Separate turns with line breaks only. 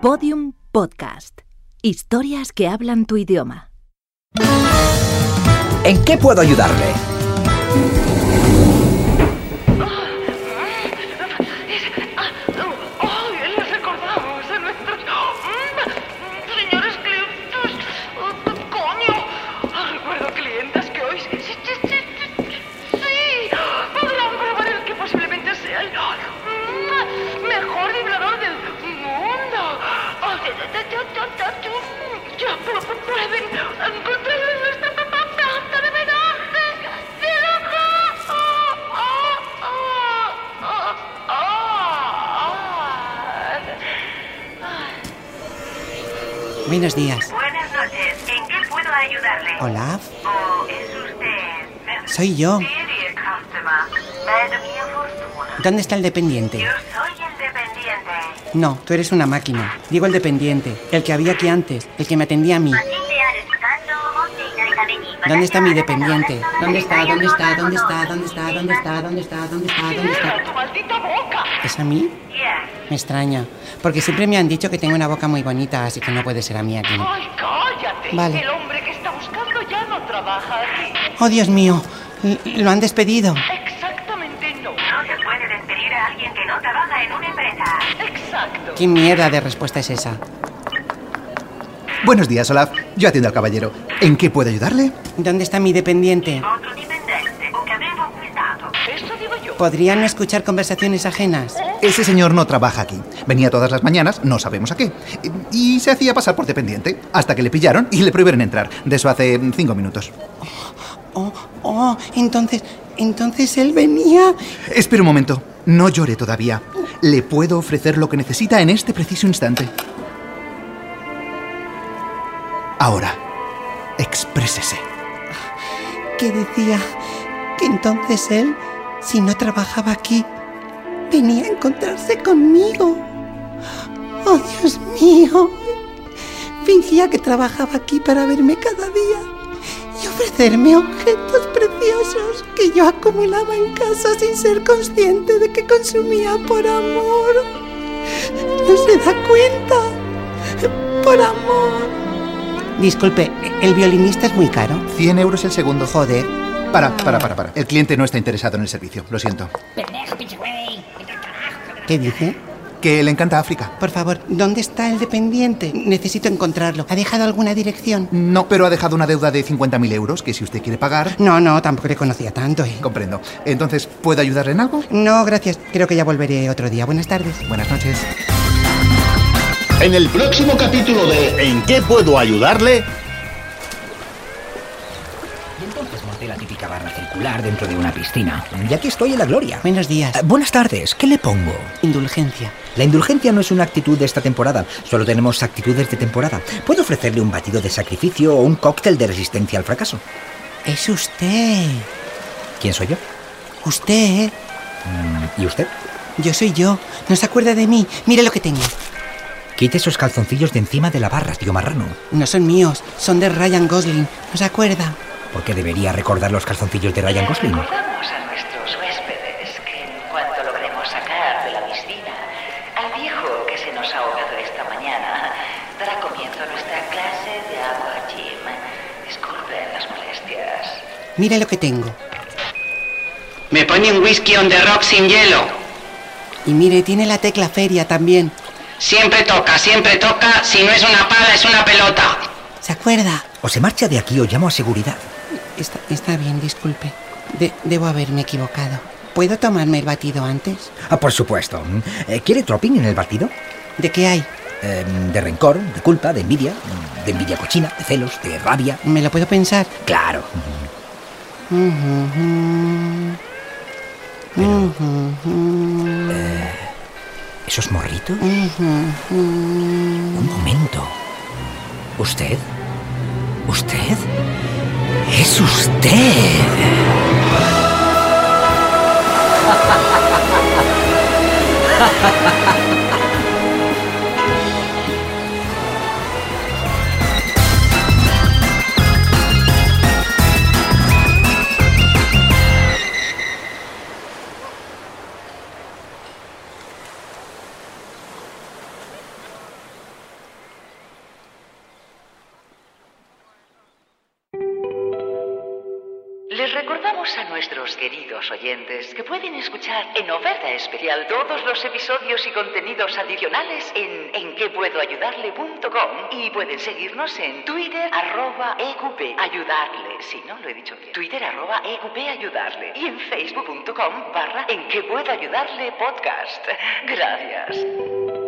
Podium Podcast. Historias que hablan tu idioma.
¿En qué puedo ayudarle?
¡Ay! Nos acordamos de nuestros. Mm, Señores clientes. Oh, ¡Coño! Ah, Recuerdo clientes que hoy. Sí, sí, sí, sí, sí. Podrán probar el que posiblemente sea el mm, mejor vibrador del mundo. Oh, ya, ya, ya, ya, ya, ya, ya, pu- pueden encontrar en nuestra planta de homenajes. ¡Sí, loco! Oh, oh, oh, oh, oh.
Buenos días.
Buenas noches, ¿en qué puedo ayudarle?
Hola,
¿O es usted?
soy yo.
Serious customer. Bad mía fortuna.
¿Dónde está el dependiente?
Yo soy independiente.
No, tú eres una máquina. Digo el dependiente, el que había aquí antes, el que me atendía a mí. ¿Dónde está mi dependiente? ¿Dónde está? ¿Dónde está? ¿Dónde está? ¿Dónde está? ¿Dónde está? ¿Dónde está? ¿Dónde está? ¿Dónde
¡Cierra
está?
tu maldita boca!
¿Es a mí?
Yes.
Me extraña, porque siempre me han dicho que tengo una boca muy bonita, así que no puede ser a mí aquí.
¡Ay, cállate!
Vale.
El hombre que está buscando ya no trabaja aquí.
¡Oh, Dios mío! L- ¡Lo han despedido!
Exactamente no.
No se puede despedir a alguien que no trabaja en una empresa.
Exacto.
¿Qué mierda de respuesta es esa?
Buenos días, Olaf. Yo atiendo al caballero. ¿En qué puedo ayudarle?
¿Dónde está mi dependiente?
Otro dipendente, o que avevo acquistato.
Eso digo yo.
¿Podrían no escuchar conversaciones ajenas?
Ese señor no trabaja aquí. Venía todas las mañanas, no sabemos a qué. Y se hacía pasar por dependiente, hasta que le pillaron y le prohibieron entrar. De eso hace mm, cinco minutos.
Oh, oh, entonces, entonces él venía.
Espera un momento. No llore todavía. Le puedo ofrecer lo que necesita en este preciso instante. Ahora, exprésese.
que decía que entonces él, si no trabajaba aquí, venía a encontrarse conmigo. Oh, Dios mío. Fingía que trabajaba aquí para verme cada día y ofrecerme objetos preciosos que yo acumulaba en casa sin ser consciente de que consumía por amor. No se da cuenta. Por amor. Disculpe, ¿el violinista es muy caro?
100 euros el segundo.
Joder.
Para, para, para, para. El cliente no está interesado en el servicio, lo siento.
¿Qué dice?
Que le encanta África.
Por favor, ¿dónde está el dependiente? Necesito encontrarlo. ¿Ha dejado alguna dirección?
No, pero ha dejado una deuda de 50.000 euros que si usted quiere pagar...
No, no, tampoco le conocía tanto. eh.
Comprendo. Entonces, ¿puedo ayudarle en algo?
No, gracias. Creo que ya volveré otro día. Buenas tardes.
Buenas noches.
En el próximo capítulo de ¿En qué puedo ayudarle?
Y entonces monté la típica barra circular dentro de una piscina. Y aquí estoy en la gloria.
Buenos días.
Eh, Buenas tardes, ¿qué le pongo?
Indulgencia.
La indulgencia no es una actitud de esta temporada, solo tenemos actitudes de temporada. Puedo ofrecerle un batido de sacrificio o un cóctel de resistencia al fracaso.
Es usted.
¿Quién soy yo? Mm,
Usted. ¿eh?
¿Y usted?
Yo soy yo. No se acuerda de mí. Mire lo que tengo.
Quite esos calzoncillos de encima de la barra, tío marrano.
No son míos. Son de Ryan Gosling. ¿No se acuerda?
Porque debería recordar los calzoncillos de Ryan Gosling.
Recordamos a nuestros huéspedes que en cuanto logremos sacar de la piscina al viejo que se nos ha ahogado esta mañana, dará comienzo nuestra clase de agua gym. Disculpen las molestias.
Mire lo que tengo.
Me pone un whisky on the rock sin hielo.
Y mire, tiene la tecla feria también.
Siempre toca, siempre toca. Si no es una pala, es una pelota.
¿Se acuerda?
O se marcha de aquí o llamo a seguridad.
Está, está bien, disculpe. De- debo haberme equivocado. ¿Puedo tomarme el batido antes?
Ah, por supuesto. Eh, ¿Quiere tropping en el batido?
¿De qué hay?
Eh, de rencor, de culpa, de envidia, mm, de envidia cochina, de celos, de rabia.
¿Me lo puedo pensar?
Claro.
Ujujú.
Pero, eh,
Ujujú.
¿Esos morritos?
Ujujú.
Un momento. ¿Usted? ¿Usted? ¡Es usted!
Les recordamos a nuestros queridos oyentes que pueden escuchar en oferta especial todos los episodios y contenidos adicionales en enquepuedoayudarle.com y pueden seguirnos en Twitter arroba EQP ayudarle, si no lo he dicho bien, Twitter arroba EQP ayudarle y en facebook.com barra en que puedo ayudarle podcast. Gracias.